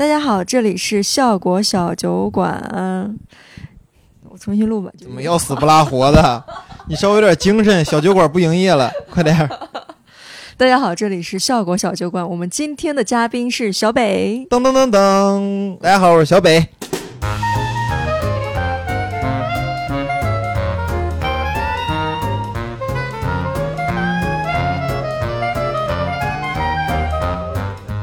大家好，这里是效果小酒馆。嗯我重新录吧。怎么要死不拉活的？ 你稍微有点精神，小酒馆不营业了，快点儿！大家好，这里是效果小酒馆。我们今天的嘉宾是小北。噔噔噔噔，大家好，我是小北。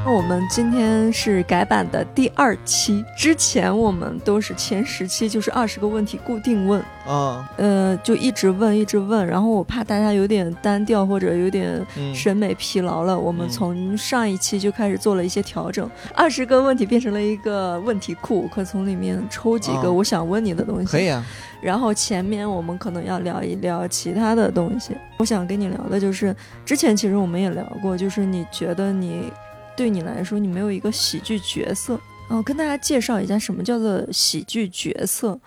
那我们今天是改版的第二期，之前我们都是前十期就是二十个问题固定问，啊，呃，就一直问一直问。然后我怕大家有点单调或者有点嗯，审美疲劳了，我们嗯从上一期就开始做了一些调整，二十个问题变成了一个问题库，可从里面抽几个啊我想问你的东西。可以啊。然后前面我们可能要聊一聊其他的东西。我想跟你聊的就是，之前其实我们也聊过，就是你觉得你对你来说，你没有一个喜剧角色。嗯、跟大家介绍一下什么叫做喜剧角色。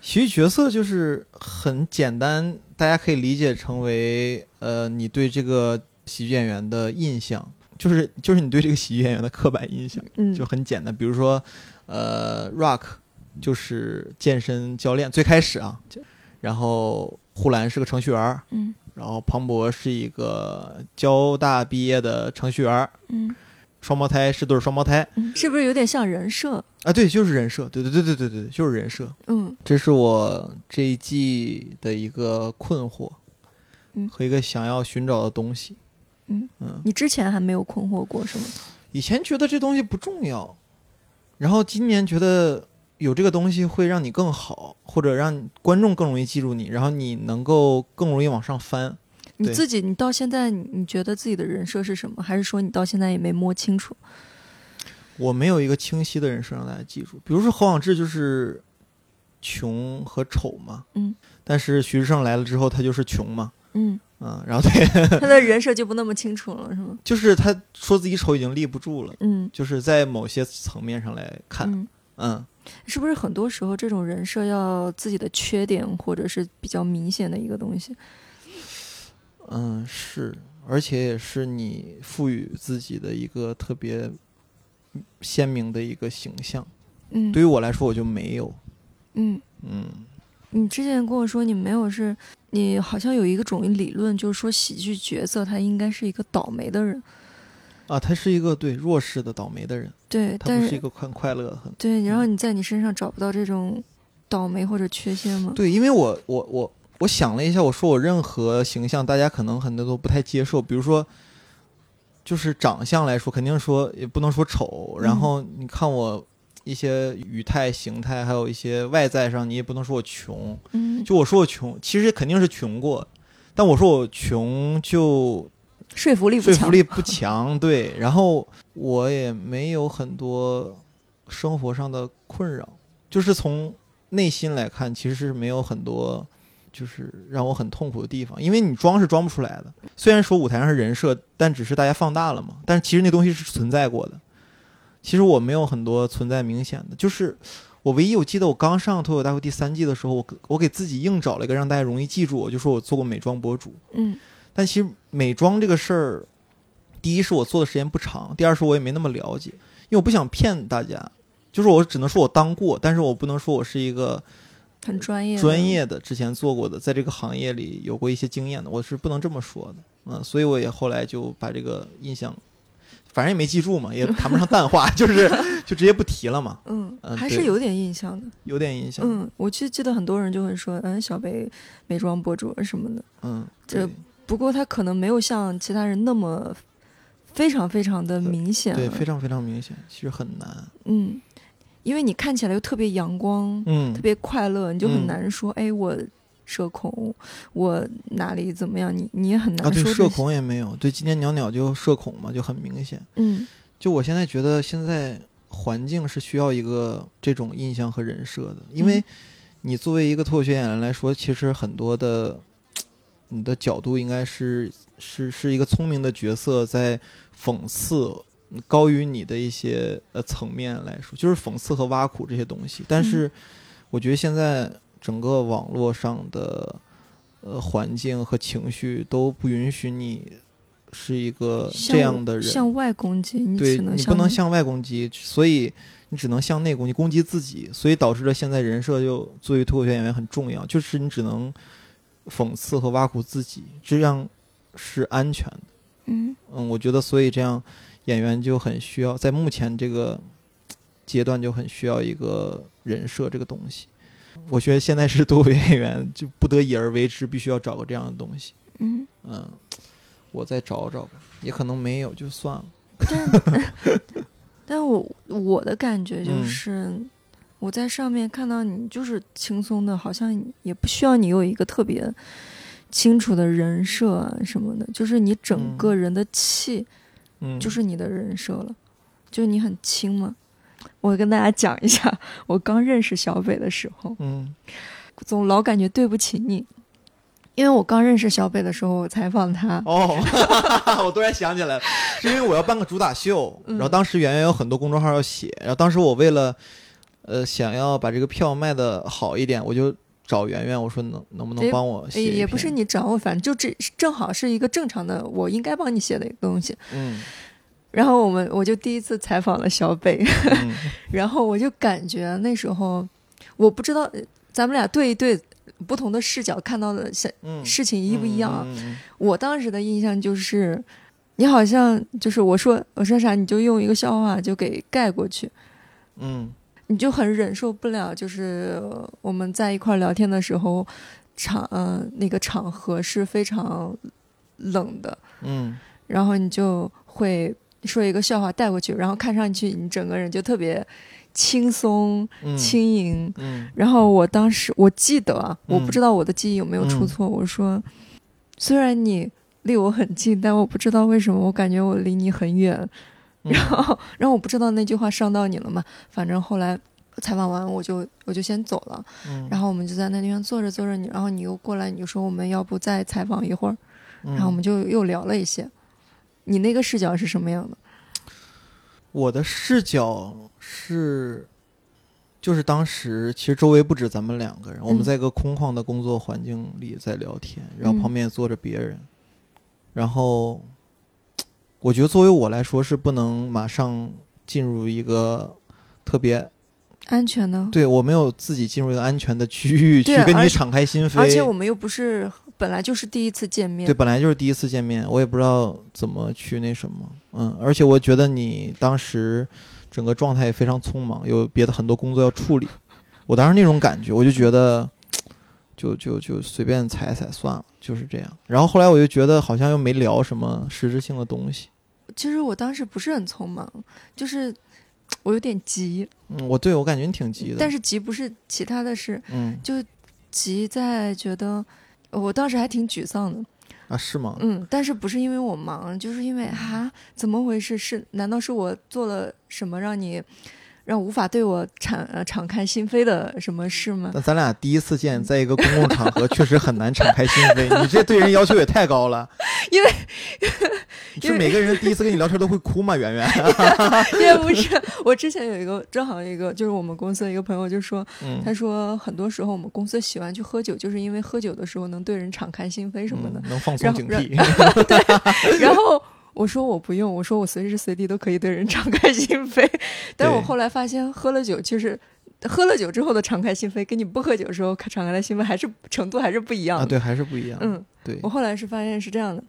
喜剧角色就是很简单，大家可以理解成为呃，你对这个喜剧演员的印象，就是就是你对这个喜剧演员的刻板印象，嗯就很简单。比如说，呃，Rock 就是健身教练，最开始啊，然后呼兰是个程序员儿，嗯然后庞博是一个交大毕业的程序员儿，嗯双胞胎是对儿双胞胎嗯，是不是有点像人设？啊，对，就是人设，对对对对对对，就是人设。嗯这是我这一季的一个困惑，嗯和一个想要寻找的东西。嗯，嗯，你之前还没有困惑过是吗？以前觉得这东西不重要，然后今年觉得有这个东西会让你更好，或者让观众更容易记住你，然后你能够更容易往上翻。你对自己，你到现在你你觉得自己的人设是什么？还是说你到现在也没摸清楚？我没有一个清晰的人设让大家记住，比如说侯广志就是穷和丑嘛，嗯，但是徐志胜来了之后，他就是穷嘛， 嗯，嗯，然后对，他的人设就不那么清楚了，是吗？ 就是他说自己丑已经立不住了。嗯就是在某些层面上来看，嗯，嗯，是不是很多时候这种人设要自己的缺点或者是比较明显的一个东西？嗯，是，而且也是你赋予自己的一个特别鲜明的一个形象。嗯，对于我来说，我就没有，嗯，嗯，你之前跟我说你没有是，你好像有一个种理论，就是说喜剧角色他应该是一个倒霉的人，啊，他是一个对弱势的倒霉的人，对，他但不是一个嗯很快乐的很。对，然后你在你身上找不到这种倒霉或者缺陷 吗？对，因为我我我我想了一下，我说我任何形象，大家可能很多都不太接受，比如说。就是长相来说，肯定说也不能说丑。然嗯后你看我一些语态、形态，还有一些外在上，你也不能说我穷。嗯，就我说我穷，其实肯定是穷过，但我说我穷就说服力不说强服。力不强，对。然后我也没有很多生活上的困扰，就是从内心来看，其实是没有很多就是让我很痛苦的地方，因为你装是装不出来的。虽然说舞台上是人设，但只是大家放大了嘛，但是其实那东西是存在过的。其实我没有很多存在明显的，就是我唯一我记得我刚上脱口大会第三季的时候，我我给自己硬找了一个让大家容易记住我，就说我做过美妆博主，嗯但其实美妆这个事儿，第一是我做的时间不长，第二是我也没那么了解，因为我不想骗大家，就是我只能说我当过，但是我不能说我是一个，很专业的，专业的，之前做过的，在这个行业里有过一些经验的，我是不能这么说的。嗯，所以我也后来就把这个印象，反正也没记住嘛，也谈不上淡化， 就是就直接不提了嘛，嗯，嗯还是对有点印象的。有点影响。嗯，我记记得很多人就会说，嗯，小北美妆博主啊什么的。嗯，这对不过他可能没有像其他人那么非常非常的明显。对非常非常明显，其实很难。嗯，因为你看起来又特别阳光，嗯特，别快乐，你就很嗯难说，哎，我社恐，我哪里怎么样，你你也很啊，难对说、社。恐也没有，对，今年袅袅就社恐嘛，就很明显。嗯就我现在觉得，现在环境是需要一个这种印象和人设的，因为嗯你作为一个脱口秀演员来说，其实很多的你的角度应该是是是一个聪明的角色在讽刺。高于你的一些呃层面来说，就是讽刺和挖苦这些东西。但是，我觉得现在整个网络上的呃环境和情绪都不允许你是一个向这样的人，向外攻击，你对只能你向不能向外攻击，所以你只能向内攻击，攻击自己，所以导致了现在人设就作为脱口秀演员很重要，就是你只能讽刺和挖苦自己，这样是安全的。嗯嗯，我觉得所以这样演员就很需要，在目前这个阶段就很需要一个人设这个东西。我觉得现在是多维演员就不得已而为之，必须要找个这样的东西。嗯，嗯，我再找找吧，也可能没有，就算了。 但我我的感觉就嗯是。我在上面看到你就是轻松的，好像也不需要你有一个特别清楚的人设啊什么的，就是你整嗯个人的气，嗯，就是你的人设了，就你很轻嘛。我跟大家讲一下，我刚认识小北的时候，嗯总老感觉对不起你，因为我刚认识小北的时候，我采访他，哦， 我突然想起来了，是因为我要办个主打秀，嗯然后当时圆圆有很多公众号要写，然后当时我为了呃想要把这个票卖的好一点，我就找圆圆，我说能能不能哎帮我写一也也篇不是，你找我，反正就这正好是一个正常的，我应该帮你写的一个东西。嗯然后我们我就第一次采访了小北，嗯 然后我就感觉那时候我不知道呃咱们俩对一对不同的视角看到的事嗯，事情一不一样啊。嗯？嗯我当时的印象就是，你好像就是我说我说啥，你就用一个笑话就给盖过去，嗯你就很忍受不了。就是呃我们在一块儿聊天的时候，场呃那个场合是非常冷的，嗯然后你就会说一个笑话带过去，然后看上去你整个人就特别轻松嗯，轻盈，嗯然后我当时我记得啊，嗯我不知道我的记忆有没有出错。我说，虽然你离我很近，但我不知道为什么，我感觉我离你很远。嗯然后， 然后我不知道那句话伤到你了嘛？反正后来采访完，我就我就先走了。嗯，然后我们就在那地方坐着坐着，你然后你又过来，你就说我们要不再采访一会儿，嗯然后我们就又聊了一些。你那个视角是什么样的？我的视角是，就是当时其实周围不止咱们两个人，我嗯们在一个空旷的工作环境里在聊天，然后嗯旁边也坐着别人，然后我觉得作为我来说是不能马上进入一个特别安全呢？对我没有自己进入一个安全的区域去对跟而你且敞开心扉，而且我们又不是本来就是第一次见面，对，本来就是第一次见面，我也不知道怎么去那什么，嗯，而且我觉得你当时整个状态也非常匆忙，有别的很多工作要处理， 我当时那种感觉，我就觉得，就就就随便踩踩算了，就是这样。然后后来我就觉得好像又没聊什么实质性的东西，其实我当时不是很匆忙，就是我有点急，嗯，我对我感觉你挺急的，但是是急不是其他的事，嗯急在觉得我当时还挺沮丧的，啊是吗？嗯，但是不是因为我忙，就是因为啊，怎么回事？是难道是我做了什么让你让无法对我敞呃敞开心扉的什么事吗？ 但咱俩第一次见，在一个公共场合，确实很难敞开心扉。你这对人要求也太高了， 因为是每个人第一次跟你聊天都会哭吗？圆圆， 也不是，我之前有一个正好有一个就是我们公司的一个朋友就说，嗯，他说很多时候我们公司喜欢去喝酒，就是因为喝酒的时候能对人敞开心 扉什么的。嗯能放松然后警然 惕。 然后我说我不用，我说我随时随地都可以对人敞开心 扉。但是我对后来发现，喝了酒就是喝了酒之后的敞开心扉，跟你不喝酒的时候敞开的心扉还是程度还是不一样啊，的。对，还是不一样。，嗯，对我，后来是发现是这样的，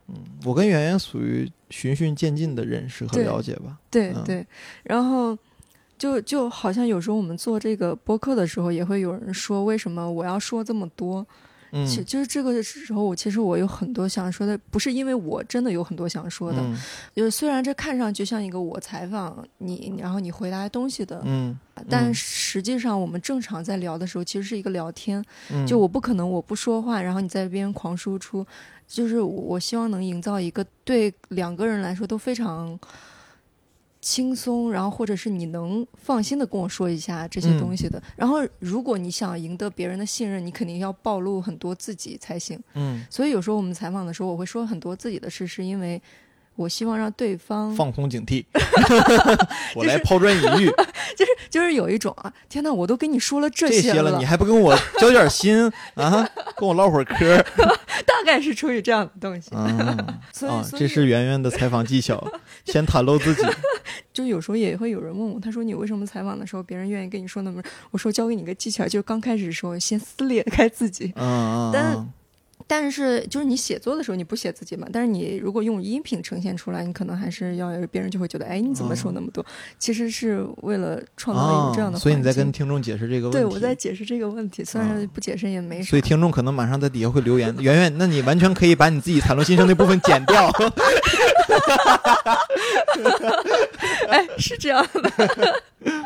我跟圆圆属于循序渐进的认识和对了解吧。对、嗯对。然后就就好像有时候我们做这个播客的时候，也会有人说为什么我要说这么多？嗯，其就是这个时候，我其实我有很多想说的，不是因为我真的有很多想说的，嗯就是虽然这看上去像一个我采访你，然后你回答东西的嗯但嗯实际上，我们正常在聊的时候，其实是一个聊天。嗯，就我不可能我不说话，然后你在这边狂输出，就是我我希望能营造一个对两个人来说都非常轻松，然后或者是你能放心的跟我说一下这些嗯东西的。然后，如果你想赢得别人的信任，你肯定要暴露很多自己才行。嗯所以有时候我们采访的时候，我会说很多自己的事，是因为我希望让对方 放松警惕，我嗯就来是 抛砖引玉。就是有一种啊，天哪，我都跟你说了这这些了，你还不跟我交 点心啊？跟我唠会儿嗑儿大概是出于这样的东西。啊？所以，啊，所以这是圆圆的采访技巧， 先袒露自己。就有时候也会有人问我，他说你为什么采访的时候别人愿意跟你说那么？我说教给你个技巧，就是刚开始的时候先撕裂开自 己。嗯嗯但嗯，但是就是你写作的时候你不写自己嘛，但是你如果用音频呈现出来，你可能还是要别人就会觉得，哎，你怎么说那么多？其实是为了创造一种这样的环境、啊所以你在跟听众解释这个问题。对我在解释这个问题，虽然啊不解释也没啥所以。听众可能马上在底下会留言，圆圆，那你完全可以把你自己袒露心声那部分剪 掉。 哎，是这样的，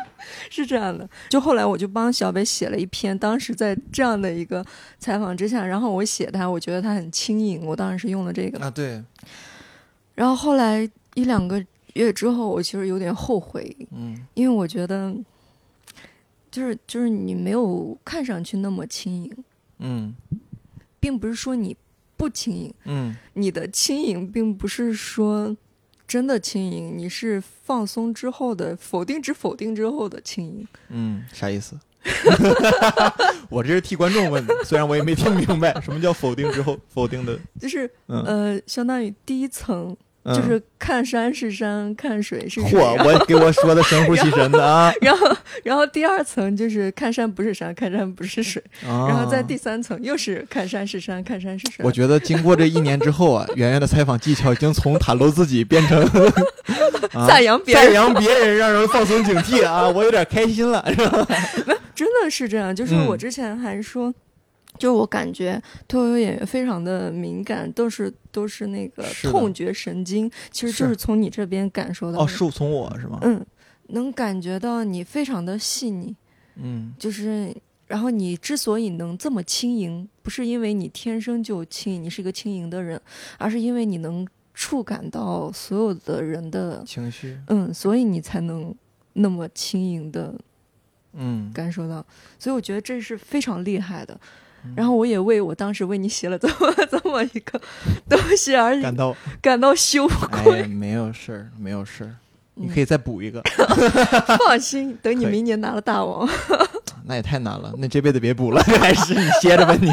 是这样的。就后来我就帮小北写了一篇，当时在这样的一个采访之下，然后我写他，我觉得他很轻盈，我当时是用了这个。 啊，对，然后后来一两个月之后，我其实有点后悔，嗯因为我觉得，就是就是你没有看上去那么轻盈，嗯并不是说你不轻盈，嗯你的轻盈并不是说真的轻盈，你是放松之后的否定之否定之后的轻盈。嗯，啥意思？ 我这是替观众问的，虽然我也没听明白什么叫否定之后否定的，就是嗯，呃，相当于第一层嗯就是看山是山，看水是水，嚯，我给我说的神乎其神的啊，然后然后第二层就是看山不是山，看山不是水，然然后在第三层又是看山是山，看山是水啊我。觉得经过这一年之后啊，圆圆的采访技巧已经从袒露自己变成啊赞扬别赞人扬别人，让人放松警惕啊！我有点开心了，是吧？真的是这样，就是嗯我之前还说，就是我感觉脱口秀演员非常的敏感，都是都是那个是的痛觉神经，其实就是是从你这边感受到的。哦，是从我是吗？嗯，能感觉到你非常的细腻，嗯就是然后你之所以能这么轻盈，不是因为你天生就轻盈，你是一个轻盈的人，而是因为你能触感到所有的人的，情绪，嗯，所以你才能那么轻盈的嗯，感受到，所以我觉得这是非常厉害的。嗯然后我也为我当时为你写了这么 这么一个东西而感到感到羞愧。哎，没有事儿，没有事儿，你嗯可以再补一个，啊放心，等你可以明年拿了大王， 那也太难了，那这辈子别补了， 还是你歇着吧 你。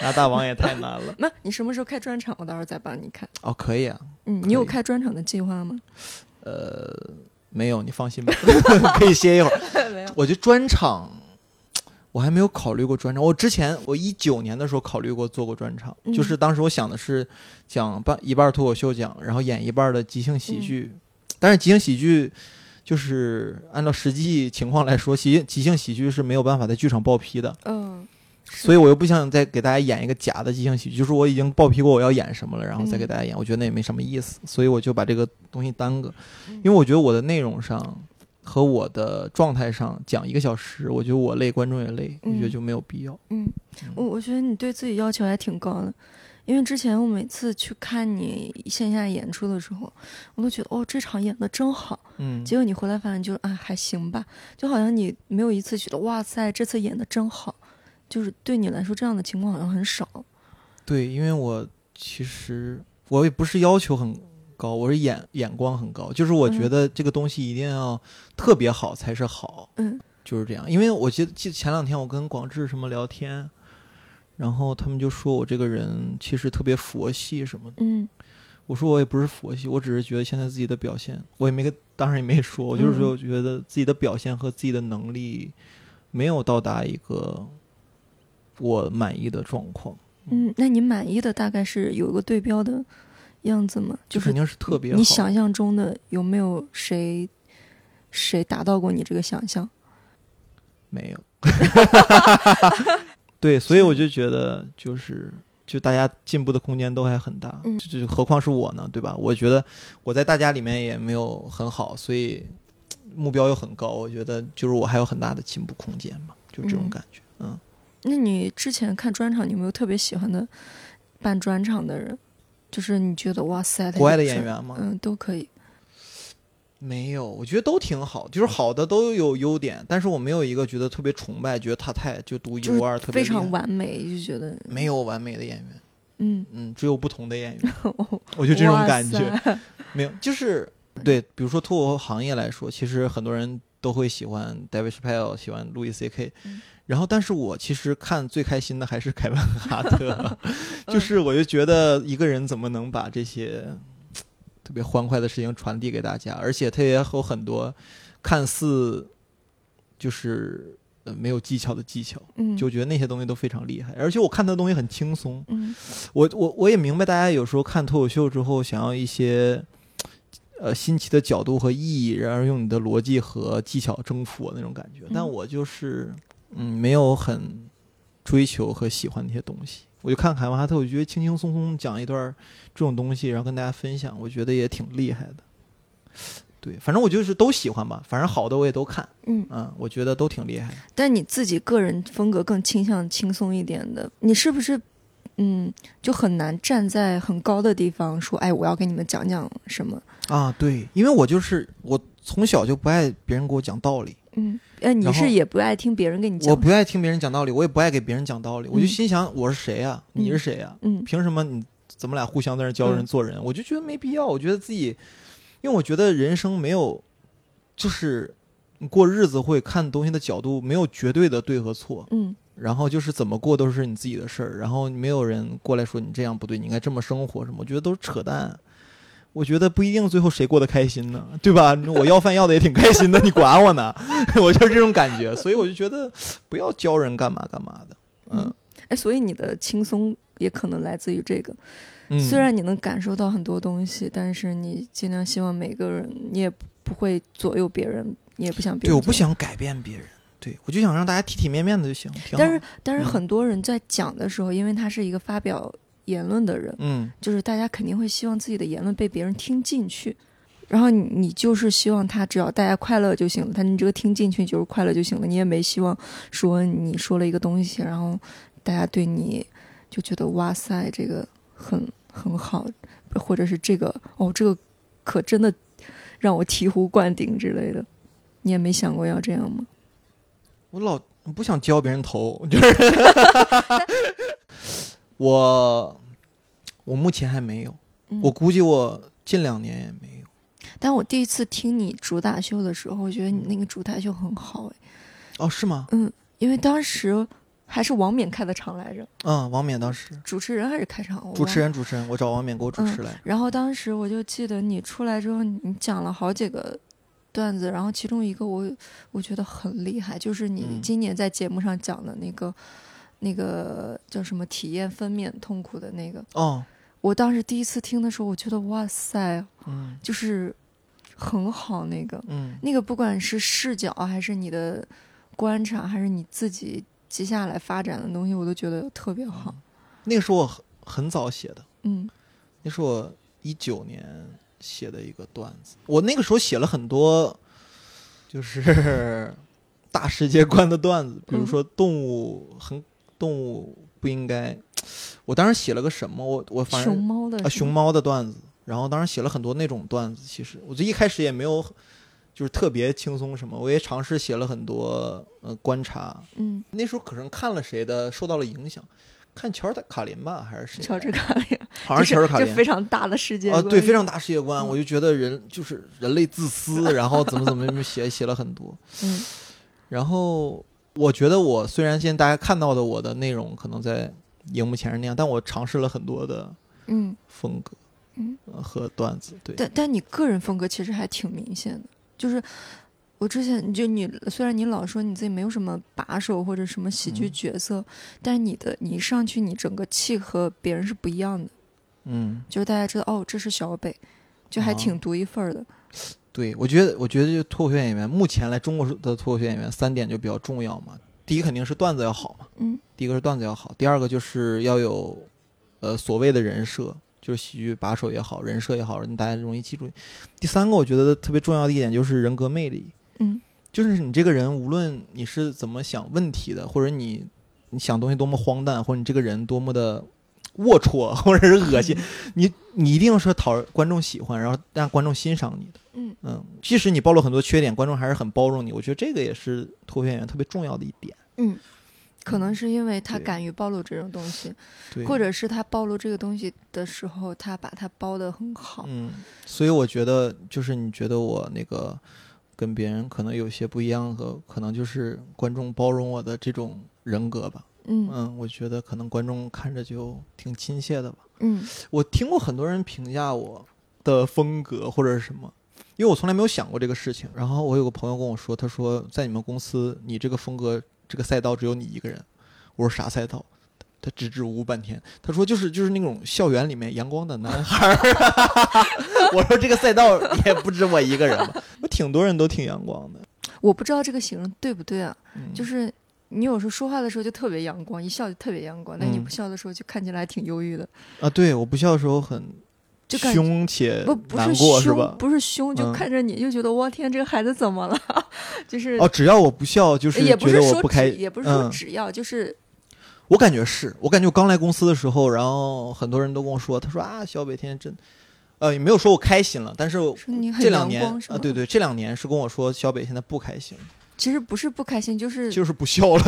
那大王也太难了那你什么时候开专场？我到时候再帮你看。哦，可以啊，嗯，以你有开专场的计划吗？ 呃，没有，你放心吧，可以歇一会儿。没有。我觉得专场，我还没有考虑过专场。我之前我一九年的时候考虑过做过专场，嗯就是当时我想的是讲半一半脱口秀奖，然后演一半的即兴喜剧。但是即兴喜剧就是按照实际情况来说，即即兴喜剧是没有办法在剧场报批的，嗯，所以我又不想再给大家演一个假的即兴喜剧，就是我已经报批过我要演什么了，然后再给嗯大家演，我觉得那也没什么意思，所以我就把这个东西耽搁，嗯因为我觉得我的内容上和我的状态上讲一个小时，我觉得我累，观众也累，我嗯觉得就没有必要。嗯，我我觉得你对自己要求还挺高的，因为之前我每次去看你线下演出的时候，我都觉得哦，这场演的真好。嗯，结果你回来发现就是啊还行吧，就好像你没有一次觉得哇塞这次演的真好，就是对你来说这样的情况好像很少。对，因为我其实我也不是要求很高，我是眼眼光很高，就是我觉嗯得这个东西一定要特别好才是好。嗯就是这样。因为我记得记得前两天我跟广志什么聊天，然后他们就说我这个人其实特别佛系什么的。嗯我说我也不是佛系，我只是觉得现在自己的表现，我也没跟，当然也没说，我就是嗯说我觉得自己的表现和自己的能力没有到达一个我满意的状况，嗯，那你满意的大概是有一个对标的样子吗？就就是肯定是特别好。你想象中的有没有谁谁达到过你这个想象？没有。对，所以我就觉得就是。就大家进步的空间都还很大，嗯就就何况是我呢，对吧？我觉得我在大家里面也没有很好，所以嘖目标又很高，我觉得就是我还有很大的进步空间嘛，就这种嗯感觉。嗯，那你之前看专场，你有没有特别喜欢的办专场的人？就是你觉得哇塞，他国外的演演出，员吗？嗯，都可以。没有，我觉得都挺好，就是好的都有优点，但是我没有一个觉得特别崇拜，觉得他太就独一就是无二，特非别厉害常完美，就觉得没有完美的演员。嗯，，嗯，只有不同的演员 我 就这种哇感塞觉，没有，就是对，比如说脱口秀行业来说，其实很多人都会喜欢 David Chappelle，喜欢 Louis C.K。嗯然后，但是我其实看最开心的还是 凯文哈 特，就是我就觉得一个人怎么能把这些特别欢快的事情传递给大家，而且他也有很多看似就是呃没有技巧的技巧，嗯，就觉得那些东西都非常厉害。而且我看他的东西很轻松，嗯我我我也明白，大家有时候看脱口秀之后，想要一些呃新奇的角度和意义，然而用你的逻辑和技巧征服我那种感觉。但嗯我就是嗯，没有很追求和喜欢那些东西。我就看凯文哈特，我觉得轻轻松松讲一段儿这种东西，然后跟大家分享，我觉得也挺厉害的。对，反正我就是都喜欢吧，反正好的我也都看，嗯，嗯，我觉得都挺厉害。但你自己个人风格更倾向轻松一点的，你是不是？嗯，就很难站在很高的地方说，哎，我要给你们讲讲什么。啊，对，因为我就是我从小就不爱别人给我讲道理。嗯，哎，你然后是也不爱听别人跟你我讲，不爱听别人讲道理，我也不爱给别人讲道理。我就嗯心想，我是谁呀、你是谁呀、嗯凭什么你咱们俩互相在那儿教人嗯做人？我就觉得没必要。我觉得自己，因为我觉得人生没有，就是你过日子会看东西的角度没有绝对的对和错，嗯然后就是怎么过都是你自己的事儿，然后没有人过来说你这样不对，你应该这么生活什么，我觉得都是扯淡。我觉得不一定最后谁过得开心呢，对吧？我要饭要的也挺开心的，你管我呢？ 我就是这种感觉，所以我就觉得不要教人干嘛干嘛的。嗯哎，所以你的轻松也可能来自于这个。嗯，虽然你能感受到很多东西，但是你尽量希望每个人，你也不会左右别人，你也不想别对，人。我不。想改变别人，对我就想让大家体体面面的就行。挺好但是，但是嗯很多人在讲的时候，因为他是一个发表言论的人，嗯，就是大家肯定会希望自己的言论被别人听进去。然后你你就是希望他只要大家快乐就行了，他你这个听进去就是快乐就行了，你也没希望说你说了一个东西，然后大家对你就觉得哇塞，这个很很好，或者是这个哦，这个可真的让我醍醐灌顶之类的，你也没想过要这样吗？我老不想教别人投， 就是我我目前还没有，嗯我估计我近两年也没有。但我第一次听你主打秀的时候，我觉得你那个主打秀很好哎，哦，是吗？嗯因为当时还是王冕开的场来着。嗯，王冕当时主持人还是开场，我嗯主忘持了。人，主持人，我找王冕给我主持来。然后当时我就记得你出来之后，你讲了好几个段子，然后其中一个我我觉得很厉害，就是你嗯今年在节目上讲的那个、那个叫什么体验分娩痛苦的那个，哦，我当时第一次听的时候，我觉得哇塞，嗯就是很好那个嗯那个，不管是视角啊还是你的观察，还是你自己接下来发展的东西，我都觉得特别好。那个是我很很早写的，嗯那是我一九年写的一个段子。我那个时候写了很多，就是 大世界观的段子，比如嗯说动物很动物不应该。我当时写了个什么？我我反正熊猫的啊，是吗熊猫的段子，然后当时写了很多那种段子。其实我就一开始也没有，就是特别轻松什么，我也尝试写了很多呃观察。嗯，那时候可能看了谁的受到了影响，看乔尔卡林吧，还是谁来着？乔治卡林，好像是乔治卡这林非常大的世界啊，观对，非常大世界观，嗯我就觉得人就是人类自私，然后怎么怎么怎么写写了很多。嗯然后我觉得我虽然现在大家看到的我的内容可能在荧幕前是那样，但我尝试了很多的嗯，风格，嗯呃，和段子，对，但但你个人风格其实还挺明显的，就是我之前就你虽然你老说你自己没有什么把手或者什么喜剧嗯角色，但是你的你一上去你整个气和别人是不一样的，嗯，就是大家知道哦这是小北，就还啊挺独一份儿的。对，我觉得，我觉得就脱口秀演员，目前来中国的脱口秀演员三点就比较重要嘛。第一肯定是段子要好嘛，嗯第一个是段子要好，第二个就是要有，呃，所谓的人设，就是喜剧把手也好，人设也好，让大家容易记住你。第三个我觉得特别重要的一点就是人格魅力，嗯就是你这个人无论你是怎么想问题的，或者你你想东西多么荒诞，或者你这个人多么的龌龊，或者是恶心，你你一定是讨观众喜欢，然后让观众欣赏你的。嗯嗯，即使你暴露很多缺点，观众还是很包容你。我觉得这个也是脱口秀演员特别重要的一点。嗯，可能是因为他对敢于暴露这种东西，对，或者是他暴露这个东西的时候，他把它包的很好。嗯，所以我觉得就是你觉得我那个。跟别人可能有些不一样和可能就是观众包容我的这种人格吧。嗯嗯，我觉得可能观众看着就挺亲切的吧。嗯我听过很多人评价我的风格或者是什么，因为我从来没有想过这个事情。然后我有个朋友跟我说，他说在你们公司，你这个风格这个赛道只有你一个人。我说啥赛道？他支支吾吾半天，他说就是就是那种校园里面阳光的男孩儿。 我说这个赛道也不止我一个人吧，我挺多人都挺阳光的。我不知道这个形容对不对啊，嗯、就是是你有时候说话的时候就特别阳光，一笑就特别阳光，但你嗯不笑的时候就看起来还挺忧郁的，啊，对，我不笑的时候很就感凶且不不呃难是过是凶，吧？不是凶，就嗯看着你就觉得我、天，这个孩子怎么了？ 就是、哦，只要我不笑，就是也不觉是得说我不开，只也不是说嗯只要，就是我感觉是我感觉我刚来公司的时候，然后很多人都跟我说，他说啊，小北天天真，呃，也没有说我开心了，但是是你很这两阳年啊光，是吗？对对，这两年是跟我说小北现在不开心，其实不是不开心，就是就是不笑了。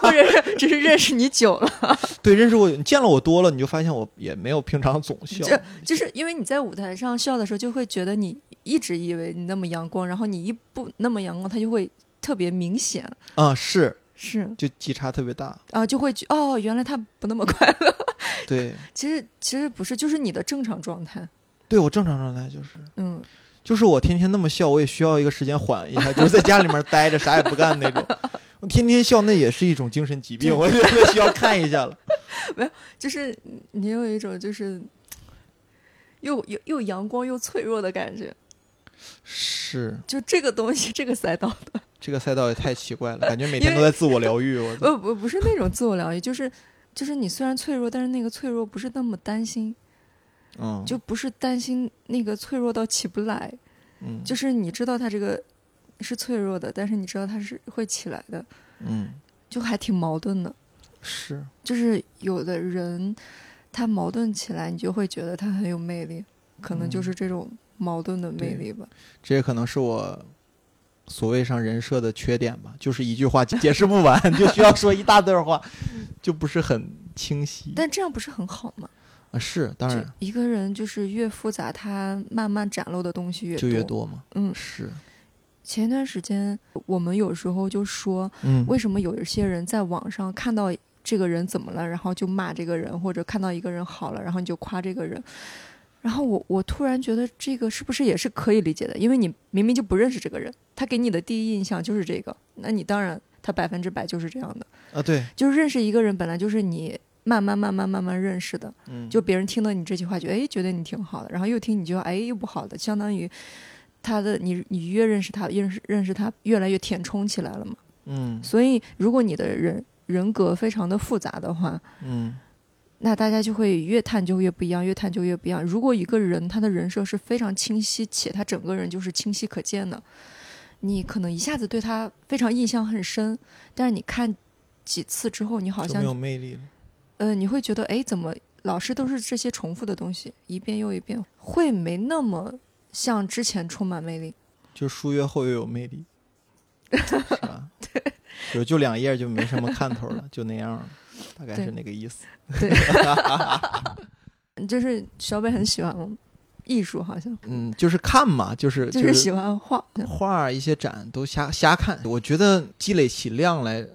或者是只是认识 你久了， 对，认识我，你见了我多了，你就发现我也没有平常总笑。这就是因为你在舞台上笑的时候，就会觉得你一直以为你那么阳光，然后你一不那么阳光，它就会特别明显，啊、是是就极差特别大。啊，就会觉哦，原来他不那么快乐。对，其实其实不是，就是你的正常状态。对我正常状态就是。嗯，就是我天天那么笑，我也需要一个时间缓一下，就是在家里面待着啥也不干那种。 我天天笑，那也是一种精神疾病，我觉得需要看一下了。 就是你有一种就是又又又阳光又脆弱的感觉。是，就这个东西，这个赛道，这个赛道也太奇呃怪了，感觉每天都在自我疗愈。我不不不是那种自我疗愈，就是就是你虽然脆弱，但是那个脆弱不是那么担心，嗯，就不是担心那个脆弱到起不来，嗯就是你知道它这个是脆弱的，但是你知道它是会起来的，嗯就还挺矛盾的。是就是有的人他矛盾起来，你就会觉得他很有魅力，可能就是这种矛盾的魅嗯对力吧。这也可能是我所谓上人设的缺点吧，就是一句话解释不完， 就需要说一大段话，就不是很清晰。但这样不是很好吗？啊，是当就然一个人就是越复杂，他慢慢展露的东西越就越多嘛，嗯，是前一段时间我们有时候就说，嗯为什么有一些人在网上看到这个人怎么了，然后就骂这个人，或者看到一个人好了，然后你就夸这个人。然后我我突然觉得这个是不是也是可以理解的？因为你明明就不认识这个人，他给你的第一印象就是这个，那你当然他百分之百就是这样的。啊对就是认识一个人本来就是你慢慢慢慢慢慢认识的，嗯就别人听到你这句话，觉得哎觉得你挺好的，然后又听你句话，哎又不好的，相当于他的你你越认识他，认识认识他越来越填充起来了嘛。嗯所以如果你的人人格非常的复杂的话，嗯那大家就会越探究越不一样，越探究越不一样。如果一个人他的人设是非常清晰，且他整个人就是清晰可见的，你可能一下子对他非常印象很深，但是你看几次之后，你好就像没有魅力了。呃，你会觉得，哎，怎么老是都是这些重复的东西，一遍又一遍，会没那么像之前充满魅力。就书越厚越有魅 力，是吧？对，就就两页就没什么看头了，就那样了，大概对是那个意思。就是小北很喜欢艺术，好像嗯，就是看嘛，就是就是喜欢画。画儿一些展都瞎瞎看。我觉得积累起量来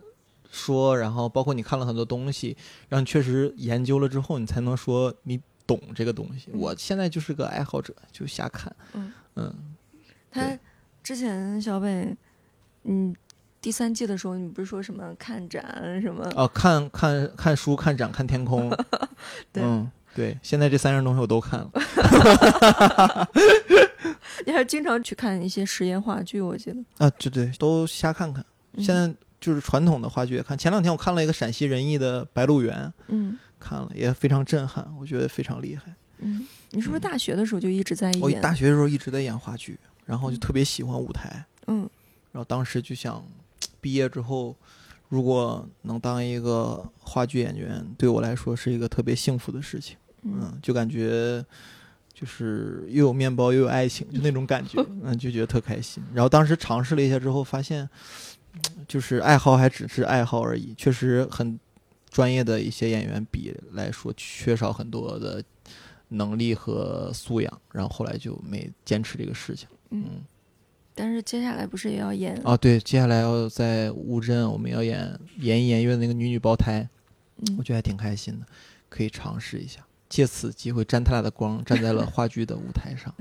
说，然后包括你看了很多东西，然后你确实研究了之后，你才能说你懂这个东西。嗯我现在就是个爱好者，就瞎看。嗯嗯他对之前小北，嗯，第三季的时候，你不是说什么看展什么？哦，看看看书、看展、看天空。 对嗯，对，现在这三样东西我都 看了。你还经常去看一些实验话剧，我记得。啊，对对，都瞎看看。嗯现在就是传统的话剧也看。前两天我看了一个陕西人艺的《白鹿原》，嗯看了也非常震撼，我觉得非常厉害。嗯，你是不是大学的时候就一直在我演？大学的时候一直在演话剧，然后就嗯特别喜欢舞台，嗯然后当时就想，毕业之后如果能当一个话剧演员，对我来说是一个特别幸福的事情。嗯，嗯，就感觉就是又有面包又有爱情，就那种 感觉，嗯，就觉得特开心。然后当时尝试了一下之后，发现嗯就是爱好还只是爱好而已，确实很专业的一些演员比来说缺少很多的能力和素养。然后后来就没坚持这个事情。嗯嗯，但是接下来不是也要演？啊，对，接下来要在乌镇，我们要演演一演月的那个女女胞胎，嗯我觉得还挺开心的，可以尝试一下，借此机会沾他俩的光，站在了话剧的舞台上。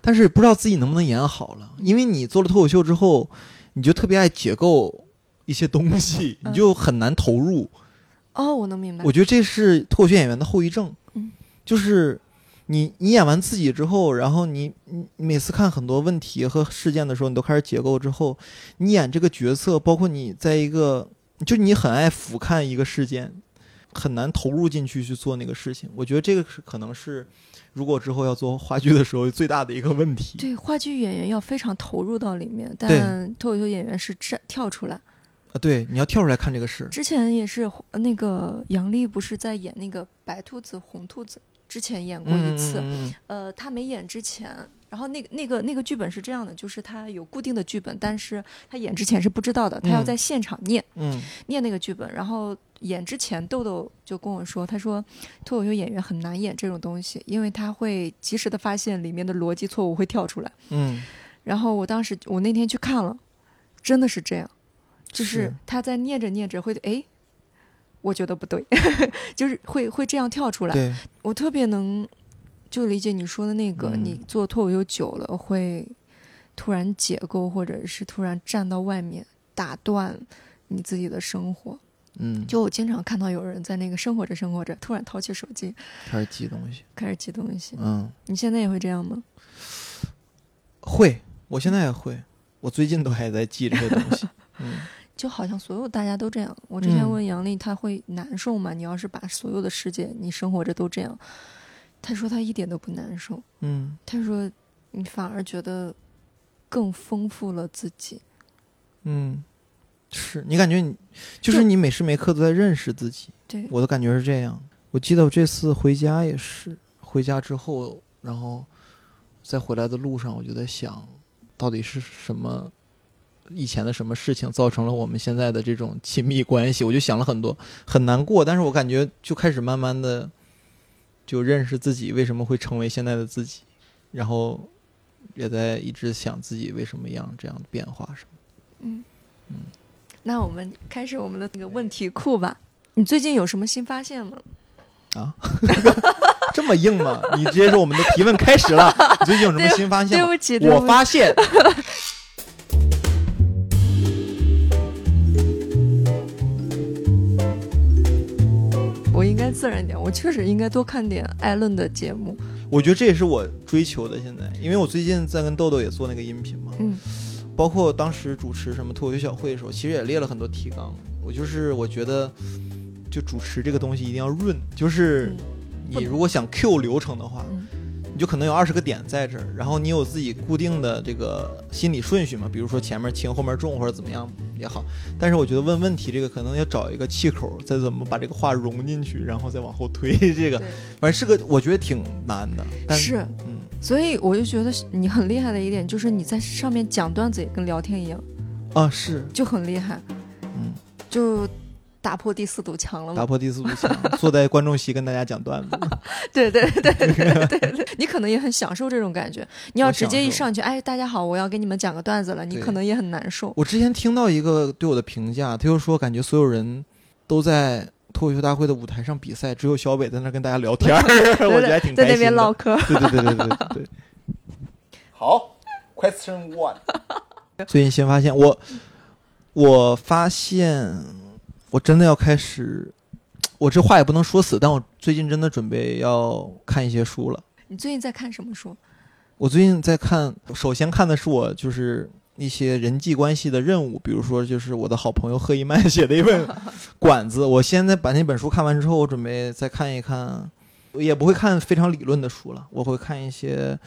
但是不知道自己能不能演好了，因为你做了脱口秀之后，你就特别爱解构一些东西，嗯你就很难投入。哦，我能明白我。觉得这是脱口秀演员的后遗症，嗯就是你你演完自己之后，然后你你你每次看很多问题和事件的时候，你都开始解构之后，你演这个角色，包括你在一个就你很爱俯瞰一个事件，很难投入进去去做那个事情。我觉得这个是可能是如果之后要做话剧的时候最大的一个问题。对，话剧演员要非常投入到里面，对但脱口秀演员是站跳出来。啊，对，你要跳出来看这个事。之前也是呃那个杨笠不是在演那个白兔子红兔子，之前演过一次，嗯嗯嗯呃，他没演之前，然后那个那个那个剧本是这样的，就是他有固定的剧本，但是他演之前是不知道的，他要嗯在现场念、嗯嗯念那个剧本，然后演之前豆豆就跟我说，他说脱口秀演员很难演这种东西，因为他会及时的发现里面的逻辑错误会跳出来。嗯，然后我当时我那天去看了，真的是这样，就是是他在念着念着会哎，我觉得不对， 就是会会这样跳出来。对，我特别能就理解你说的那个，嗯你做脱口秀久了会突然解构，或者是突然站到外面打断你自己的生活。嗯，就我经常看到有人在那个生活着生活着，突然掏起手机开始记东西，开始记东西。嗯。你现在也会这样吗？会，我现在也会，我最近都还在记这些东西。嗯，就好像所有大家都这样。我之前嗯问杨丽，她会难受吗？你要是把所有的世界，你生活着都这样，她说她一点都不难受，嗯，她说你反而觉得更丰富了自己。嗯，是你感觉你就是对你每时每刻都在认识自己，对，我的感觉是这样。我记得我这次回家也是，回家之后，然后在回来的路上，我就在想，到底是什么以前的什么事情造成了我们现在的这种亲密关系？我就想了很多，很难过。但是我感觉就开始慢慢的就认识自己为什么会成为现在的自己，然后也在一直想自己为什么样这样的变化什么。嗯嗯那我们开始我们的那个问题库吧。你最近有什么新发现吗？啊，这么硬吗？你直接说我们的提问开始了。你最近有什么新发现对吗？不起，对我不起，发现，我应该自然一点。我确实应该多看点艾伦的节目。我觉得这也是我追求的。现在，因为我最近在跟豆豆也做那个音频嘛，嗯包括当时主持什么脱口秀小会的时候，其实也列了很多提纲。我就是我觉得，就主持这个东西一定要润，就是嗯不你如果想 Q 流程的话，嗯你就可能有二十个点在这儿，然后你有自己固定的这个心理顺序嘛，比如说前面轻，后面重或者怎么样也好。但是我觉得问问题这个可能要找一个气口，再怎么把这个话融进去，然后再往后推这个，反正是个我觉得挺难的。对，但是。嗯，所以我就觉得你很厉害的一点就是你在上面讲段子也跟聊天一样，啊是，就很厉害，嗯，就打破第四堵墙了打嘛。破第四堵墙，坐在观众席跟大家讲段子。 对对对对对对，你可能也很享受这种感觉。你要我直接享一受上去，哎，大家好，我要给你们讲个段子了，你对可能也很难受。我之前听到一个对我的评价，他就说感觉所有人都在脱口秀大会的舞台上比赛，只有小北在那儿跟大家聊天儿， 我觉得还挺在开那心的边。唠嗑，对对对对对对对。 好，Question One。最近新发现，我我发现我真的要开始，我这话也不能说死，但我最近真的准备要看一些书了。你最近在看什么书？我最近在看，首先看的是我就是一些人际关系的任务，比如说就是我的好朋友贺一曼写的 一本管子。我现在把那本书看完之后，我准备再看一看，我也不会看非常理论的书了，我会看一些。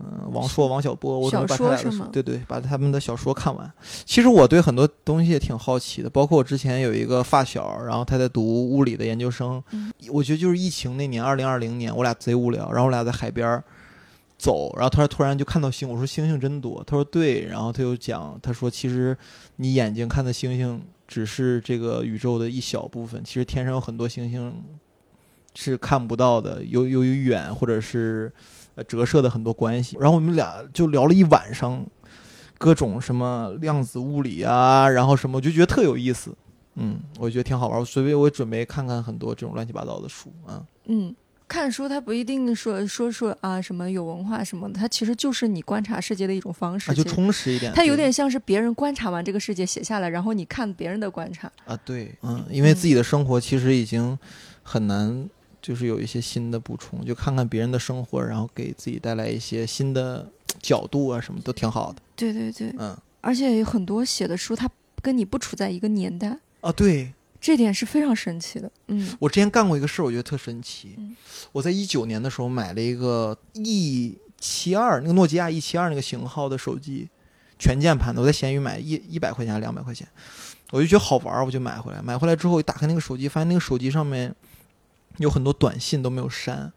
嗯，王朔、王小波，我准备把他俩小说的是书吗，对对，把他们的小说看完。其实我对很多东西也挺好奇的，包括我之前有一个发小，然后他在读物理的研究生，嗯我觉得就是疫情那年，二零二零年，我俩贼无聊，然后我俩在海边儿走，然后他说突然就看到星，我说星星真多，他说对，然后他又讲，他说其实你眼睛看的星星只是这个宇宙的一小部分，其实天上有很多星星是看不到的，由由于远或者是呃折射的很多关系。然后我们俩就聊了一晚上，各种什么量子物理啊，然后什么，我就觉得特有意思。嗯，我觉得挺好玩，所以我准备看看很多这种乱七八糟的书啊。嗯，看书它不一定说说说啊什么有文化什么的，它其实就是你观察世界的一种方式。啊，就其实充实一点。它有对点像是别人观察完这个世界写下来，然后你看别人的观察。啊，对，嗯，因为自己的生活其实已经很难，就是有一些新的补充，就看看别人的生活，然后给自己带来一些新的角度啊，什么都挺好的。对对对，嗯，而且有很多写的书，它跟你不处在一个年代，啊，对这点是非常神奇的。嗯我之前干过一个事儿，我觉得特神奇。嗯我在一九年的时候买了一个 E 七二，那个诺基亚 E 七二那个型号的手机，全键盘的，我在闲鱼买一一百块钱还是两百块钱，我就觉得好玩儿，我就买回来。买回来之后，我打开那个手机，发现那个手机上面有很多短信都没有删，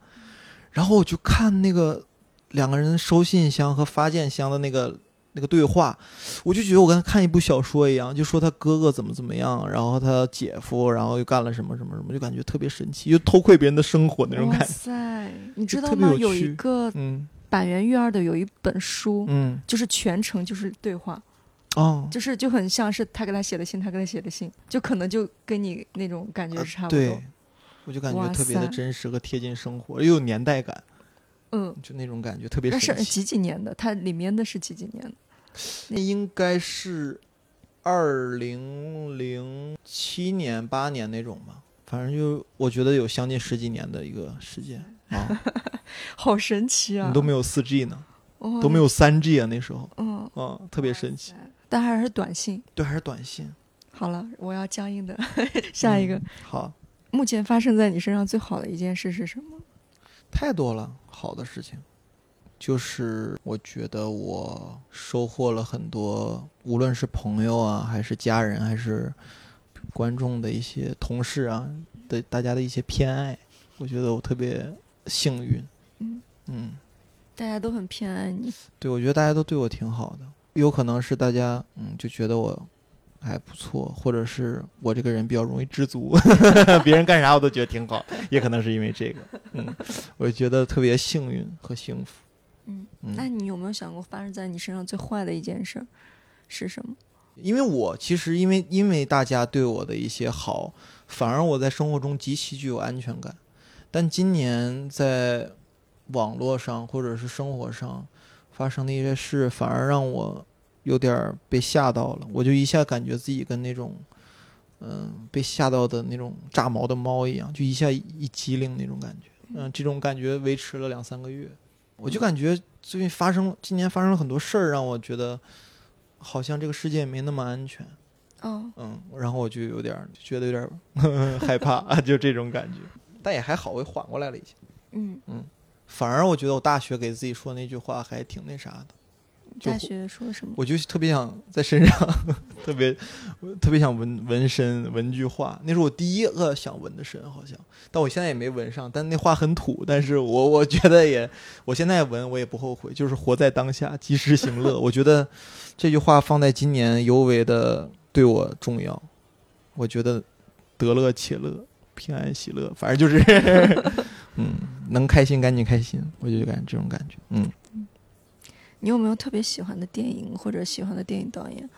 然后我就看那个两个人收信箱和发件箱的那个。那个对话，我就觉得我跟看一部小说一样，就说他哥哥怎么怎么样，然后他姐夫，然后又干了什么什么什么，就感觉特别神奇，就偷窥别人的生活那种哇感觉。塞，你就知道特别吗？有有趣一个嗯板垣育二的有一本书，嗯就是全程就是对话，哦，就是就很像是他给他写的信，他给他写的信，就可能就跟你那种感觉呃是差不多。对，我就感觉哇特别的塞真实和贴近生活，又有年代感，嗯，就那种感觉特别那是神奇。几几年的？它里面的是几几年的？那应该是二零零七年八年那种吧，反正就我觉得有将近十几年的一个时 间啊，好神奇啊！你都没有四 G 呢，哇都没有三 G 啊，那时候嗯，啊，特别神奇。但还是短信。对，还是短信。好了，我要僵硬的 下一个。嗯好，目前发生在你身上最好的一件事是什么？太多了好的事情，就是我觉得我收获了很多，无论是朋友啊，还是家人，还是观众的一些同事啊的大家的一些偏爱，我觉得我特别幸运。嗯嗯，大家都很偏爱你。对，我觉得大家都对我挺好的，有可能是大家嗯就觉得我。还不错，或者是我这个人比较容易知足， 别人干啥我都觉得挺好，也可能是因为这个，嗯， 我觉得特别幸运和幸福。嗯，嗯那你有没有想过发生在你身上最坏的一件事儿是什么？因为我其实因为因为大家对我的一些好，反而我在生活中极其具有安全感。但今年在网络上或者是生活上发生的一些事，反而让我有点儿被吓到了。我就一下感觉自己跟那种，嗯、被吓到的那种炸毛的猫一样，就一下一激灵那种感觉。嗯、这种感觉维持了两三个月，我就感觉最近发生，今年发生了很多事儿，让我觉得好像这个世界没那么安全。哦，嗯，然后我就有点儿觉得有点儿 害怕啊，就这种感觉。但也还好，我也缓过来了一些。嗯，反而我觉得我大学给自己说那句话还挺那啥的，就大学说什么？我就特别想在身上特别特别想纹纹身纹句话，那是我第一个想纹的身，好像，但我现在也没纹上，但那话很土，但是我我觉得也，我现在纹我也不后悔，就是活在当下，及时行乐，我觉得这句话放在今年尤为的对我重要，我觉得得乐且乐，平安喜乐，反正就是， 嗯，能开心赶紧开心，我就感觉这种感觉，嗯。你有没有特别喜欢的电影或者喜欢的电影导演？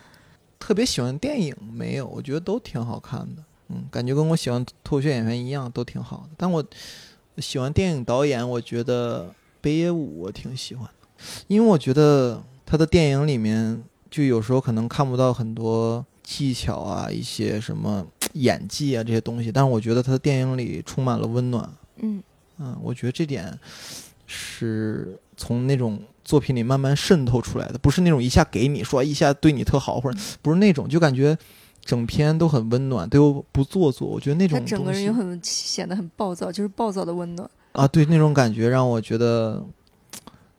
特别喜欢电影没有，我觉得都挺好看的。嗯，感觉跟我喜欢脱口秀演员一样，都挺好的。但我喜欢电影导演，我觉得北野武我挺喜欢的，因为我觉得他的电影里面就有时候可能看不到很多技巧啊，一些什么演技啊这些东西，但是我觉得他的电影里充满了温暖。嗯，嗯，我觉得这点是从那种作品里慢慢渗透出来的，不是那种一下给你说一下对你特好，或者嗯不是那种，就感觉整篇都很温暖，都不做作。我觉得那他种整个东人西又很显得很暴躁，就是暴躁的温暖。啊，对那种感觉让我觉得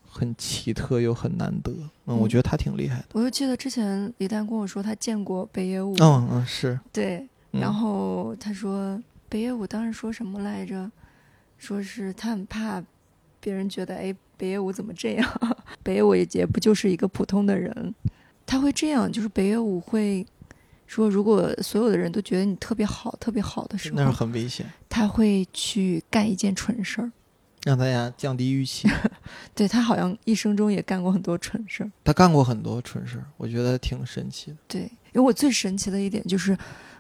很奇特又很难得。嗯，嗯我觉得他挺厉害的。我就记得之前李诞跟我说他见过北野武，嗯嗯是，对，嗯然后他说北野武当时说什么来着？说是他很怕别人觉得，哎，北野武怎么这样？ 北野武也不就是一个普通的人，他会这样，就是北野武会说，如果所有的人都觉得你特别好、特别好的时那是候，很危险他会去干一件蠢事儿。让大家降低 预期。对他好像一生中也干过很多蠢事儿。他干过很多蠢事儿，我觉得挺神奇的。对，因为我最神奇的一点就是，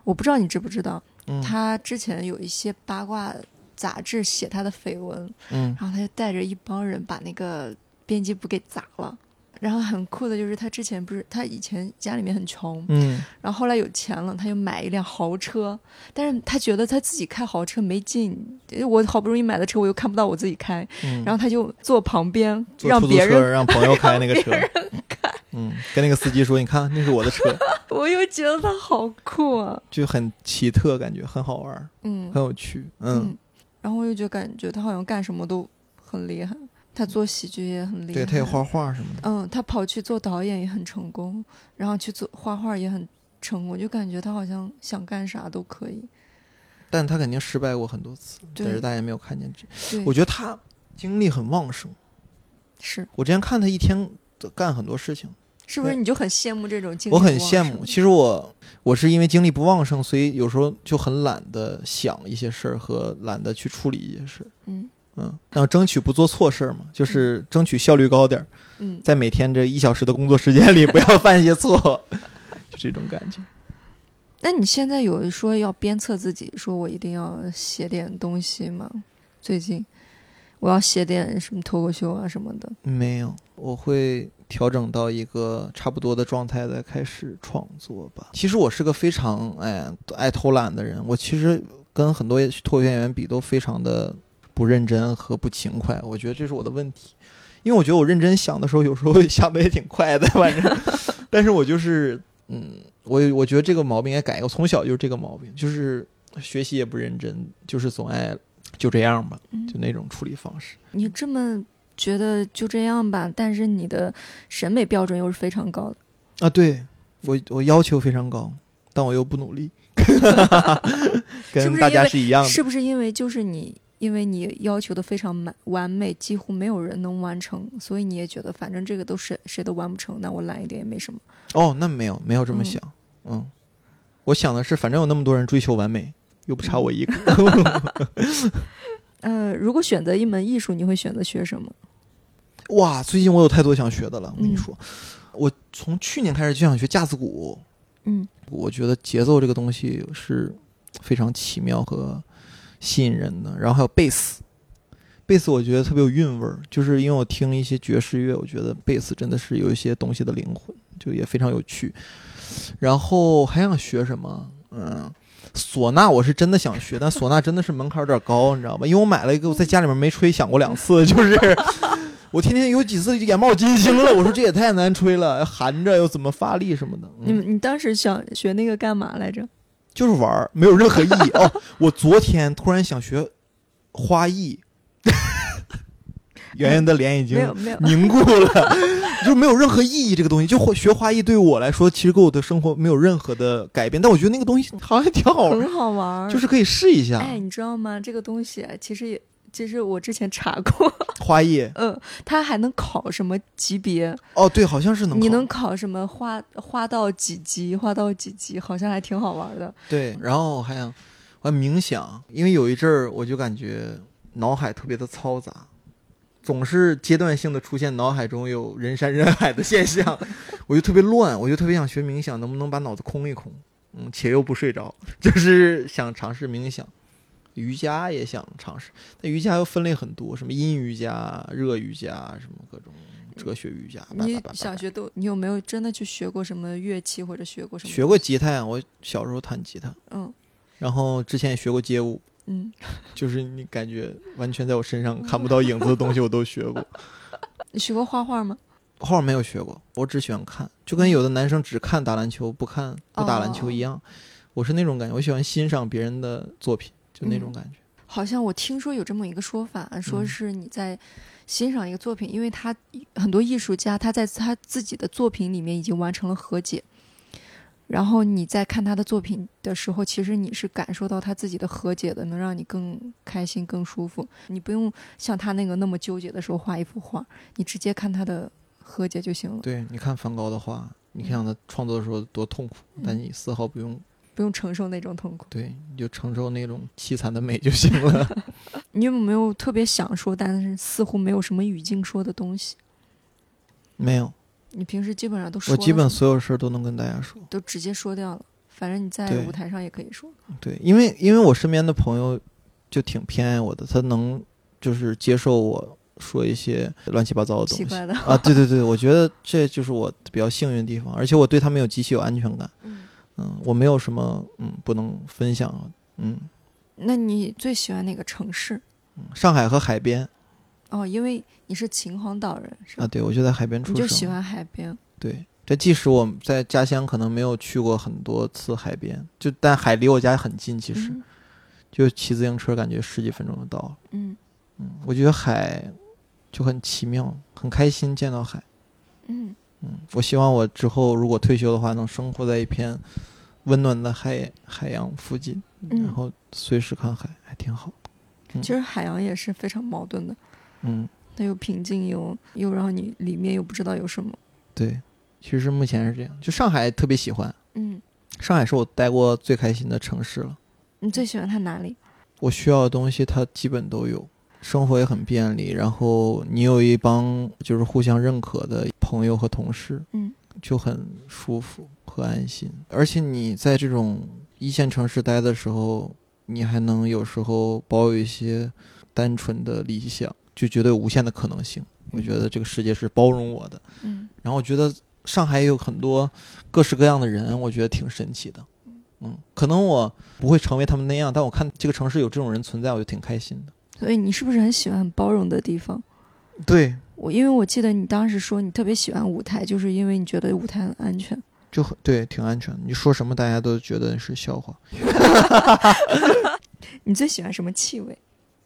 我不知道你知不知道，嗯他之前有一些八卦杂志写他的绯闻，嗯然后他就带着一帮人把那个编辑部给砸了。然后很酷的就是他之前不是他以前家里面很穷， 嗯然后后来有钱了，他就买一辆豪车，但是他觉得他自己开豪车没劲，我好不容易买的车我又看不到我自己开，嗯，然后他就坐旁边坐让出租别车人，让朋友开那个车，嗯，跟那个司机说，你看那是我的车，我又觉得他好酷啊，就很奇特，感觉很好玩儿，嗯很有趣。嗯，，然后我就就感觉他好像干什么都很厉害，他做喜剧也很厉害，对，他也画画什么的，嗯，他跑去做导演也很成功，然后去做画画也很成功，就感觉他好像想干啥都可以。但他肯定失败过很多次，对但是大家没有看见这。对，我觉得他精力很旺盛，是我之前看他一天干很多事情。是不是对你就很羡慕这种经历？我很羡慕。，其实我我是因为精力不旺盛，所以有时候就很懒得想一些事儿和懒得去处理一些事儿。嗯嗯，然后争取不做错事儿嘛，就是争取效率高点儿，嗯，在每天这一小时的工作时间里不要 犯一些错，就这种感觉。那你现在有说要鞭策自己，说我一定要写点东西吗？最近我要写点什么脱口秀啊什么的。没有，我会调整到一个差不多的状态再开始创作吧。其实我是个非常哎爱偷懒的人，我其实跟很多脱口秀演员比都非常的不认真和不勤快，我觉得这是我的问题。因为我觉得我认真想的时候，有时候 想的也挺快的，反正，但是我就是嗯，我我觉得这个毛病应该改，我从小就是这个毛病，就是学习也不认真，就是总爱就这样吧，嗯就那种处理方式。你这么觉得就这样吧，但是你的审美标准又是非常高的。啊，对我我要求非常高，但我又 不努力，是不跟是大因家为是一样的。是不是因为就是你，因为你要求的非常满完美，几乎没有人能完成，所以你也觉得反正这个都谁谁都完不成，那我懒一点也没什么。哦，那没有没有这么嗯想，嗯我想的是，反正有那么多人追求完美，又不差我一个。嗯呃，如果选择一门艺术，你会选择学什么？ 哇，最近我有太多想学的了，我跟你嗯说，我从去年开始就想学架子鼓，嗯我觉得节奏这个东西是非常奇妙和吸引人的。然后还有贝斯，贝斯我觉得特别有韵味儿，就是因为我听一些爵士乐，我觉得贝斯真的是有一些东西的灵魂，就也非常有趣。然后还想学什么？嗯。唢呐我是真的想学，但唢呐真的是门槛有点高，你知道吧？因为我买了一个，我在家里面没吹响过两次，就是 我天天有几次眼冒金星了。我说这也太难吹了，含着又怎么发力什么的。嗯你们你当时想学那个干嘛来着？就是玩儿，没有任何意义。哦，我昨天突然想学花艺， 圆圆的脸已没经有没有，凝固了， 就没有任何意义。这个东西，就会学花艺对于我来说，其实给我的生活没有任何的改变。但我觉得那个东西好像还挺好玩儿，很好玩儿。就是可以试一下、哎，你知道吗？这个东西啊其实也。其实我之前查过， 花艺。嗯，它还能考什么级别？哦，对，好像是能你考能考什么花花到几级？花到几级？好像还挺好玩的。对，然后我还想，我还冥想，因为有一阵儿我就感觉脑海特别的嘈杂，总是阶段性的出现脑海中有人山人海的现象，我就特别乱，我就特别想学冥想，能不能把脑子空一空？嗯，且又不睡着，就是想尝试冥想。瑜伽也想尝试，但瑜伽又分类很多，什么阴瑜伽、热瑜伽，什么各种哲学瑜伽。叭你叭叭叭想叭学都，你有没有真的去学过什么乐器或者学过什么？学过吉他呀？我小时候弹吉他，嗯然后之前也学过街舞，嗯，就是你感觉完全在我身上看不到影子的东西，我都学过。你学过画画吗？ 画没有学过，我只喜欢看，就跟有的男生只看打篮球不看不打篮球一样，我是那种感觉，我喜欢欣赏别人的作品，就那种感觉。好像我听说有这么一个说法，嗯说是你在欣赏一个作品，因为他很多艺术家他在他自己的作品里面已经完成了和解，然后你在看他的作品的时候，其实你是感受到他自己的和解的，能让你更开心、更舒服。你不用像他那个那么纠结的时候画一幅画，你直接看他的和解就行了，对，你看梵高的画，你看他创作的时候多痛苦，但你丝毫不用不用承受那种痛苦。对，你就承受那种凄惨的美就行了。你有没有特别想说，但是似乎没有什么语境说的东西？ 没有，你平时基本上都说我了基本什么所有事儿都能跟大家说。都直接说掉了，反正你在对舞台上也可以说。对，因为因为我身边的朋友就挺偏爱我的，他能就是接受我说一些乱七八糟的奇东西怪的， 啊。对对对，我觉得这就是我比较幸运的地方，而且我对他们有极其有安全感。嗯，嗯，我没有什么嗯不能分享啊。嗯，那你最喜欢哪个城市？上海和海边哦，因为你是秦皇岛人，是吧？啊，对我就在海边出你生。就喜欢海边。对，这即使我在家乡可能没有去过很多次海边，就但海离我家很近，其实、嗯就骑自行车感觉十几分钟就到了。嗯嗯，我觉得海就很奇妙，很开心见到海。嗯，嗯，我希望我之后如果退休的话，能生活在一片温暖的海海洋附近，嗯然后随时看海，还挺好。其实海洋也是非常矛盾的，嗯，它又平静又又让你里面又不知道有什么。对，其实目前是这样。就上海特别喜欢，嗯，上海是我待过最开心的城市了。你最喜欢它哪里？我需要的东西它基本都有，生活也很便利，然后你有一帮就是互相认可的朋友和同事，嗯，就很舒服和安心。而且你在这种一线城市待的时候，你还能有时候抱有一些单纯的理想，就觉得有无限的可能性。我觉得这个世界是包容我的，嗯，然后我觉得上海也有很多各式各样的人，我觉得挺神奇的。嗯，可能我不会成为他们那样，但我看这个城市有这种人存在，我就挺开心的。所以你是不是很喜欢很包容的地方？对，我因为我记得你当时说你特别喜欢舞台，就是因为你觉得舞台很安全。就很对，挺安全的。你说什么，大家都觉得是笑话。你最喜欢什么气味？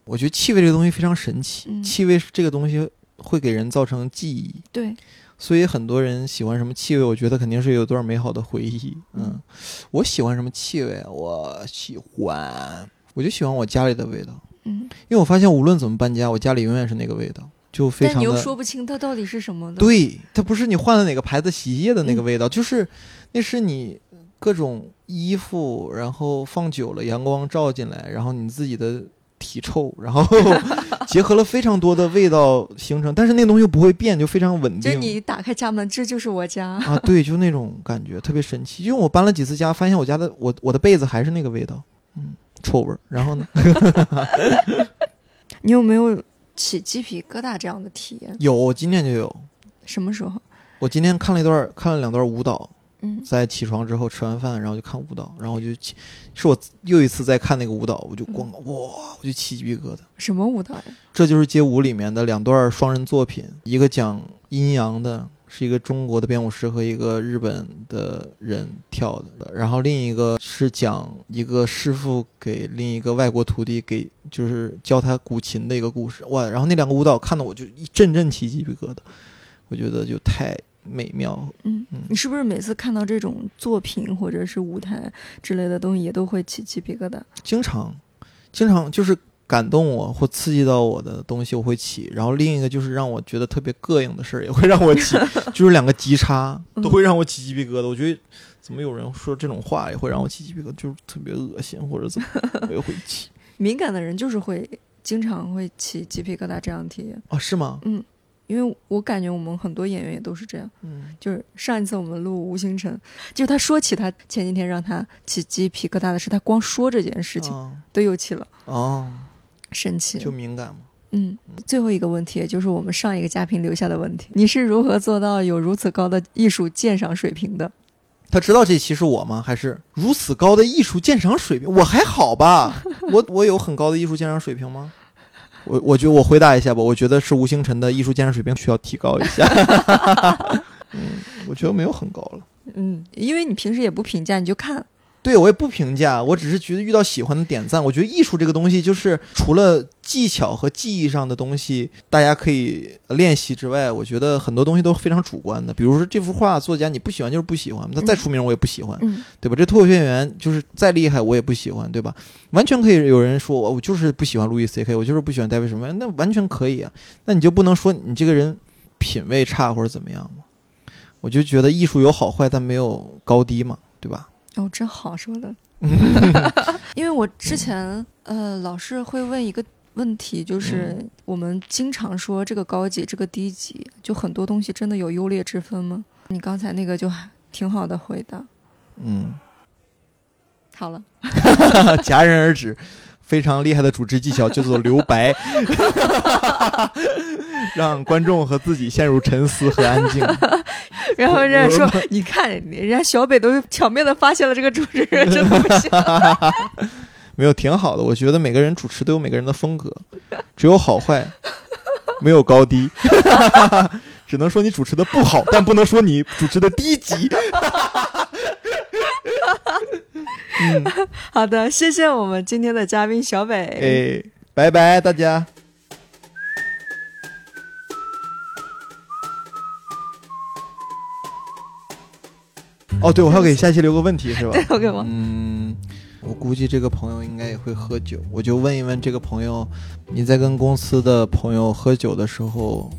我觉得气味这个东西非常神奇，嗯气味是这个东西会给人造成记忆，对，所以很多人喜欢什么气味，我觉得肯定是有段美好的回忆。嗯嗯，我喜欢什么气味？我喜欢，我就喜欢我家里的味道。嗯，因为我发现无论怎么搬家，我家里永远是那个味道，就非但常你又的说不清它到底是什么的。，对，它不是你换了哪个牌子洗衣液的嗯那个味道，就是那是你各种衣服，然后放久了阳光照进来，然后你自己的体臭，然后 结合了非常多的味道形成，但是那个东西又不会变，就非常稳就是定。你打开家门，这就是我家。啊，对，就那种感觉特别神奇。因为我搬了几次家，发现我家的我我的被子还是那个味道，嗯，臭味儿。然后呢， 你有没有起鸡皮疙瘩这样的体验？有我今天就有，什么时候？我今天看了一段，看了两段舞蹈，嗯在起床之后吃完饭，然后就看舞蹈，然后我就起，是我又一次在看那个舞蹈，我就光哇，我就起鸡皮疙瘩。什么舞蹈啊呀？这就是街舞里面的两段双人作品，一个讲阴阳的，是一个中国的编舞师和一个日本的人跳的，然后另一个是讲一个师傅给另一个外国徒弟给就是教他古琴的一个故事。哇，然后那两个舞蹈看的我就一阵阵起鸡皮疙瘩，我觉得就太美妙了。嗯嗯，你是不是每次看到这种作品或者是舞台之类的东西，也都会起鸡皮疙瘩？经常，经常就是感动我或刺激到我的东西，我会起。然后另一个就是让我觉得特别膈应的事儿，也会让我起，就是两个极差嗯都会让我起鸡皮疙瘩。我觉得怎么有人说这种话也会让我起鸡皮疙瘩，就是特别恶心或者怎么，我也会起。敏感的人就是会经常会起鸡皮疙瘩这样的体验，哦，是吗？因为我感觉我们很多演员也都是这样。嗯，就是上一次我们录吴星辰，就他说起他前几天让他起鸡皮疙瘩的事，他光说这件事情啊都又起了，哦，神奇。就敏感嘛。嗯，最后一个问题，也就是我们上一个嘉宾留下的问题：你是如何做到有如此高的艺术鉴赏水平的？他知道这期是我吗？还是如此高的艺术鉴赏水平？我还好吧， 我我有很高的艺术鉴赏水平吗？我我觉得我回答一下吧，我觉得是吴星辰的艺术鉴赏水平需要提高一下。 嗯，我觉得没有很高了。嗯，因为你平时也不评价，你就看。对我也不评价，我只是觉得遇到喜欢的点赞。我觉得艺术这个东西，就是除了技巧和技艺上的东西，大家可以练习之外，我觉得很多东西都非常主观的。比如说这幅画，作家你不喜欢就是不喜欢，他再出名我也不喜欢。嗯对吧？这脱口秀演员就是再厉害，我也不喜欢，对吧？完全可以有人说哦我我就是不喜欢路易 C K，我就是不喜欢戴维什么，那完全可以啊。那你就不能说你这个人品味差或者怎么样吗？我就觉得艺术有好坏，但没有高低嘛，对吧？哦， 真好说的。因为我之前呃老是会问一个问题就是嗯我们经常说这个高级，这个低级，就很多东西真的有优劣之分吗？你刚才那个就还挺好的回答。嗯， 好了，戛然而止。非常厉害的主持技巧叫做留白， 让观众和自己陷入沉思和安静。然后我人家说我，你看人家人家小北都巧妙的发现了这个主持人真的不行。没有，挺好的。我觉得每个人主持都有每个人的风格， 只有好坏， 没有高低。 只能说你主持的不好，但不能说你主持的低级。嗯，好的，谢谢我们今天的嘉宾小 北，哎，拜拜，大家。哦，对，我还要给下期留个问题是吧？ o k 吗？嗯，我估计这个朋友应该也会喝酒，我就问一问这个朋友，你在跟公司的朋友喝酒的时候，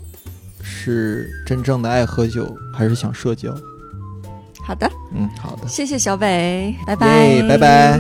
是真正的爱喝酒，还是想社交？好的，嗯，好的。谢谢小北，拜拜哎耶拜拜